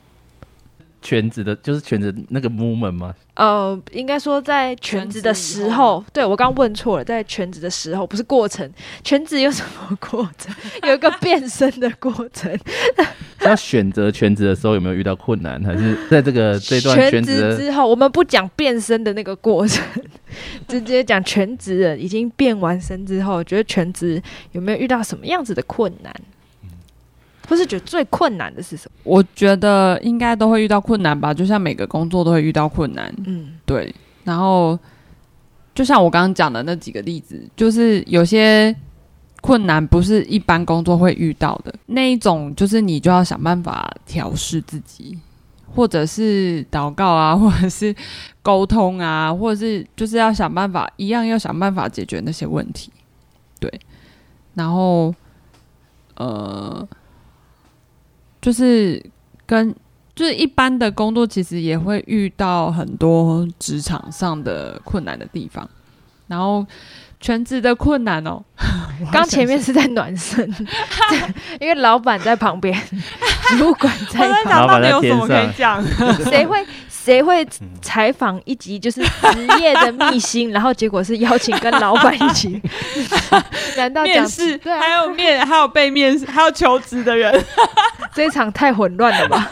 Speaker 3: 全职的，就是全职那个 movement 吗？
Speaker 2: 呃，应该说在全职
Speaker 1: 全
Speaker 2: 的
Speaker 1: 职以
Speaker 2: 时
Speaker 1: 后
Speaker 2: 候，对我刚问错了，在全职的时候不是过程，全职有什么过程？ 有一个变身的过程，
Speaker 3: 是要选择全职的时候有没有遇到困难，还是在这个这段全职
Speaker 2: 职
Speaker 3: 的
Speaker 2: 之后，我们不讲变身的那个过程， 直接讲全职人已经变完身之后，觉得全职有没有遇到什么样子的困难，或是觉得最困难的是什么？
Speaker 1: 我觉得应该都会遇到困难吧，就像每个工作都会遇到困难，
Speaker 2: 嗯
Speaker 1: 对。然后，就像我刚刚讲的那几个例子，就是有些困难不是一般工作会遇到的那一种，就是你就要想办法调试自己，或者是祷告啊， 或者是沟通啊，或者是就是要想办法，一样要想办法解决那些问题。对，然后呃，就是跟就是一般的工作，其实也会遇到很多职场上的困难的地方，然后全职的困难 哦。我还
Speaker 2: 刚
Speaker 1: 想
Speaker 2: 前面是在暖身， 因为老板在旁边， 主管
Speaker 1: 我
Speaker 2: 在
Speaker 1: 在啊
Speaker 2: 旁
Speaker 1: 想到
Speaker 3: 老板
Speaker 1: 底
Speaker 3: 在
Speaker 1: 有什么可以
Speaker 3: 天
Speaker 1: 讲？
Speaker 2: 边，谁会谁会采访一集就是职业的秘辛，然后结果是邀请跟老板一起， 难道讲
Speaker 1: 面试，
Speaker 2: 对啊
Speaker 1: 还，有面，还有被面试，还有求职的人，
Speaker 2: 这一场太混乱了吧？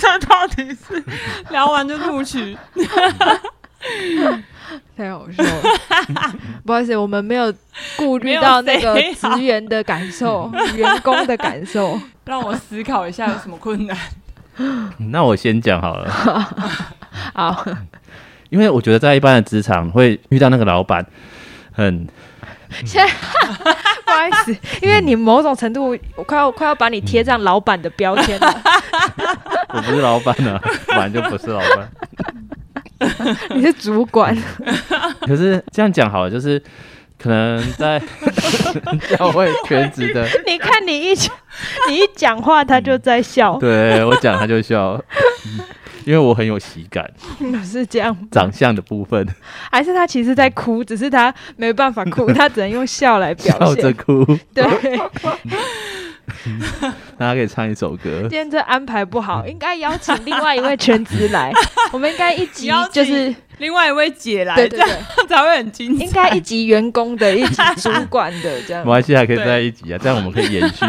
Speaker 1: 这到底是聊完就录取？
Speaker 2: 太好笑 了，不好意思，我们没有顾
Speaker 1: 没
Speaker 2: 虑
Speaker 1: 有
Speaker 2: 到那个
Speaker 1: 谁好
Speaker 2: 职员的感 受、员工的感受。
Speaker 1: 让我思考一下有什么困难。
Speaker 3: 那我先讲好了。
Speaker 2: 好，
Speaker 3: 因为我觉得在一般的职场会遇到那个老板，很
Speaker 2: 现在不好意思，因为你某种程度，我快要快要把你贴上老板的标签了。
Speaker 3: 我不是老板啊， 本来就不是老板。
Speaker 2: 你是主管，
Speaker 3: 可是这样讲好了，就是可能在教会全 职的，
Speaker 2: 你看你一讲你一讲话，他就在笑，
Speaker 3: 对我讲他就笑， 因为我很有喜感，
Speaker 2: 是这样吗，
Speaker 3: 长相的部分
Speaker 2: 还是他其实在哭，只是他没办法 哭，他只能用笑来表
Speaker 3: 笑着
Speaker 2: 现。
Speaker 3: 哭，
Speaker 2: 对，
Speaker 3: 大家可以唱一首歌
Speaker 2: 今。天这安排不好，应该邀请另外一位全职 来，我们应该一集
Speaker 1: 邀请
Speaker 2: 就是
Speaker 1: 另外一位姐来，
Speaker 2: 对对
Speaker 1: 这
Speaker 2: 对。
Speaker 1: 样才会很精彩。
Speaker 2: 应该一级员工的，一级主管的这 样
Speaker 3: 没。关系，还可以在一起啊，这样我们可以延 续。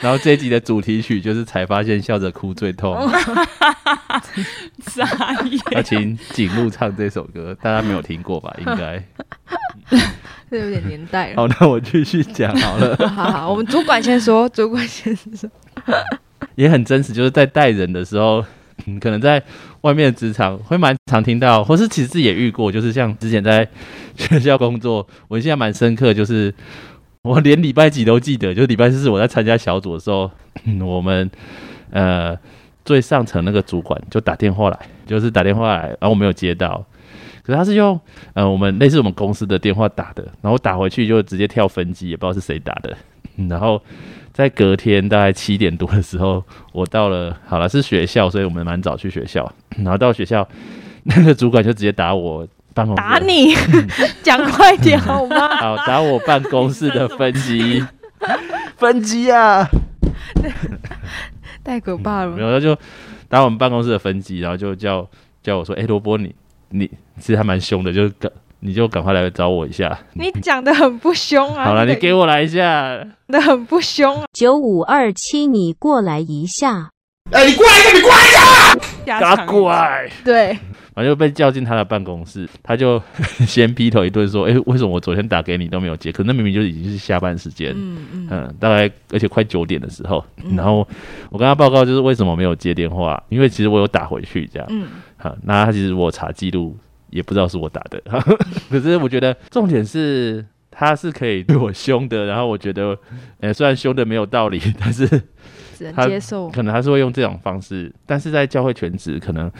Speaker 3: 然后这一集的主题曲就是《才发现笑着哭最痛》，
Speaker 2: 哦
Speaker 1: 傻
Speaker 3: 要
Speaker 1: 眼，
Speaker 3: 请景路唱这首歌，大家没有听过吧？应该。
Speaker 2: 这有点年代了。
Speaker 3: 好，那我继续讲好了。
Speaker 2: 好好，我们主管先说，主管先
Speaker 3: 嗯
Speaker 2: 说。
Speaker 3: 也很真实，就是在带人的时候，嗯可能在外面的职场会蛮常听到，或是其实自己也遇过，就是像之前在 学校工作，我现在蛮深刻，就是 我连礼拜几都记得，就是礼拜四是我在参加小组的时候， 嗯我们呃最上层那个主管就打电话来，就是打电话来，然后我没有接到。可是他是用呃我们类似我们公司的电话打的，然后打回去就直接跳分机，也不知道是谁打的。 嗯然后在隔天大概七点多的时候，我到了，好了是学校，所以我们蛮早去学校。然后到学校， 那个主管就直接打我办公室
Speaker 2: 打你，
Speaker 3: 嗯
Speaker 2: 讲快点好 吗？
Speaker 3: 好，打我办公室的分机， 分机啊，
Speaker 2: 太可怕
Speaker 3: 没
Speaker 2: 了。
Speaker 3: 有他就打我们办公室的分机，然后就叫叫我说，哎、罗波你你其实还蛮凶的，就赶你就赶快来找我一下。
Speaker 2: 你讲的很不凶啊！
Speaker 3: 好了，你
Speaker 2: 的
Speaker 3: 给我来一下。
Speaker 2: 讲的很不凶啊！
Speaker 4: 九五二七，你过来一下。
Speaker 6: 哎，你过来一下，你过来一下！
Speaker 1: 加
Speaker 3: 给我
Speaker 1: 强
Speaker 3: 过来。
Speaker 2: 对，
Speaker 3: 然后就被叫进他的办公室，他就 先劈头一顿说：“哎、为什么我昨天打给你都没有接？可那明明就已经是下班时间，
Speaker 2: 嗯嗯，
Speaker 3: 嗯，大概而且快九点的时候，然后我跟他报告就是为什么没有接电话，因为其实我有打回去这样，
Speaker 2: 嗯，
Speaker 3: 好，那他其实我查记录也不知道是我打的， 可是我觉得重点是他是可以对我凶的，然后我觉得，呃，虽然凶的没有道理，但是
Speaker 2: 只能
Speaker 3: 他
Speaker 2: 接受。
Speaker 3: 可能他是会用这种方式，但是在教会全职可能，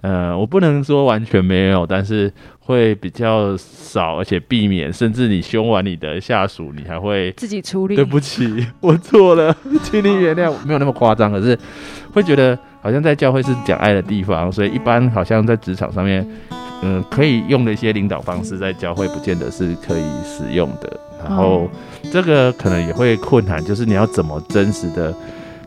Speaker 3: 呃，我不能说完全没有，但是会比较少，而且避免，甚至你凶完你的下属，你还会
Speaker 2: 自己处理
Speaker 3: 对，不起， 我错了，请你原谅。没有那么夸张，可是会觉得好像在教会是讲爱的地方，所以一般好像在职场上面，嗯、可以用的一些领导方式，在教会不见得是可以使用的。然后这个可能也会困难，就是你要怎么真实的，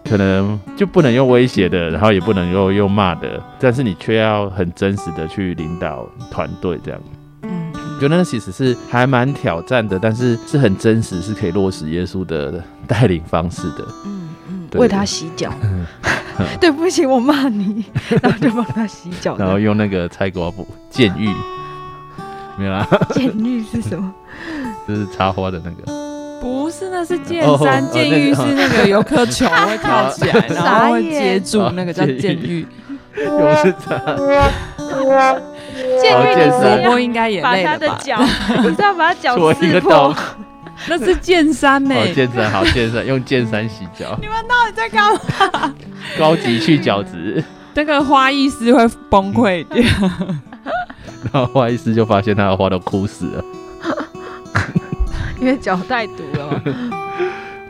Speaker 3: 可能就不能用威胁的，然后也不能够用骂的，但是你却要很真实的去领导团队这样。
Speaker 2: 嗯，
Speaker 3: 觉得那其实是还蛮挑战的，但是是很真实，是可以落实耶稣的带领方式的。
Speaker 2: 嗯嗯，
Speaker 3: 对
Speaker 2: 为他洗脚。
Speaker 3: 嗯
Speaker 2: 对不起，我骂你，然后就帮他洗脚。
Speaker 3: 然后用那个菜瓜布剑玉，没有啦，
Speaker 2: 监狱是什么？
Speaker 3: 就是插花的那 个。
Speaker 1: 不是，那是剑
Speaker 3: 哦
Speaker 1: 三
Speaker 3: 哦
Speaker 1: 监狱，是
Speaker 3: 那
Speaker 1: 那个有颗球会跳起来，
Speaker 3: 哦
Speaker 1: 然后会接住
Speaker 3: 傻，眼
Speaker 1: 那个叫监狱。
Speaker 3: 又是插，
Speaker 2: 监狱
Speaker 3: 好
Speaker 2: 你
Speaker 3: 健
Speaker 2: 是
Speaker 3: 身
Speaker 1: 萝
Speaker 2: 要
Speaker 1: 卜应该也
Speaker 2: 啊把
Speaker 1: 累
Speaker 2: 他的
Speaker 1: 了吧？
Speaker 2: 脚，你是要把他脚
Speaker 3: 戳一
Speaker 2: 刺
Speaker 3: 个
Speaker 2: 破
Speaker 3: 洞。
Speaker 1: 那是剑欸山呢、
Speaker 3: 哦，健身好，健身用健身洗 脚，
Speaker 1: 你们到底在干嘛？
Speaker 3: 高级去角质。
Speaker 1: 那个花艺师会崩溃掉。
Speaker 3: 然后花艺师就发现他的花都枯死了。
Speaker 2: 因为脚太毒了 嘛。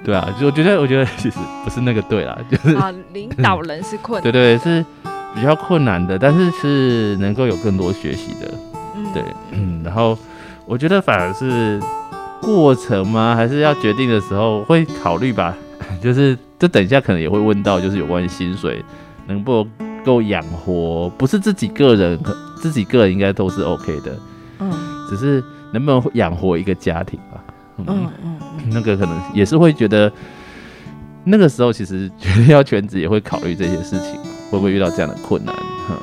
Speaker 3: 对啊，就我觉得，我觉得其实不是那个对啦，就是
Speaker 2: 啊，领导人是困
Speaker 3: 对
Speaker 2: 难，
Speaker 3: 对是比较困难的，但是是能够有更多学习的。
Speaker 2: 嗯
Speaker 3: 对，嗯，然后我觉得反而是过程吗？还是要决定的时候会考虑吧。 就是这等一下可能也会问到，就是有关于薪水能不能够养活，不是自己个人，可自己个人应该都是 OK 的，
Speaker 2: 嗯
Speaker 3: 只是能不能养活一个家庭吧。嗯
Speaker 2: 嗯嗯，
Speaker 3: 那个可能也是会觉得，那个时候其实决定要全职也会考虑这些事情，会不会遇到这样的困难？嗯，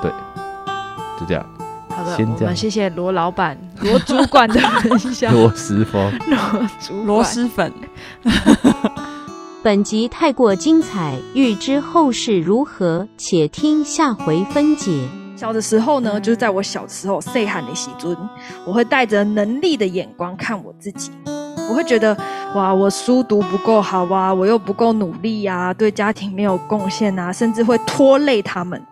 Speaker 3: 对，就这样。
Speaker 2: 好的，
Speaker 3: 先
Speaker 2: 我
Speaker 3: 这样
Speaker 2: 们谢谢罗老板、罗主管的分 享，
Speaker 3: 罗斯峰，
Speaker 2: 罗主
Speaker 1: 螺
Speaker 2: 管
Speaker 1: 蛳粉，
Speaker 4: 本集太过精彩，欲知后事如何，且听下回分解。
Speaker 5: 小的时候呢，就是在我小时候岁寒的时尊，我会带着能力的眼光看我自己，我会觉得哇，我书读不够好啊，我又不够努力啊，对家庭没有贡献啊，甚至会拖累他们。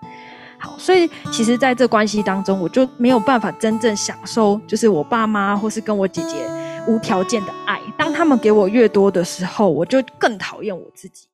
Speaker 5: 好，所以其实在这关系当中，我就没有办法真正享受，就是我爸妈或是跟我姐姐无条件的爱。当他们给我越多的时候，我就更讨厌我自己。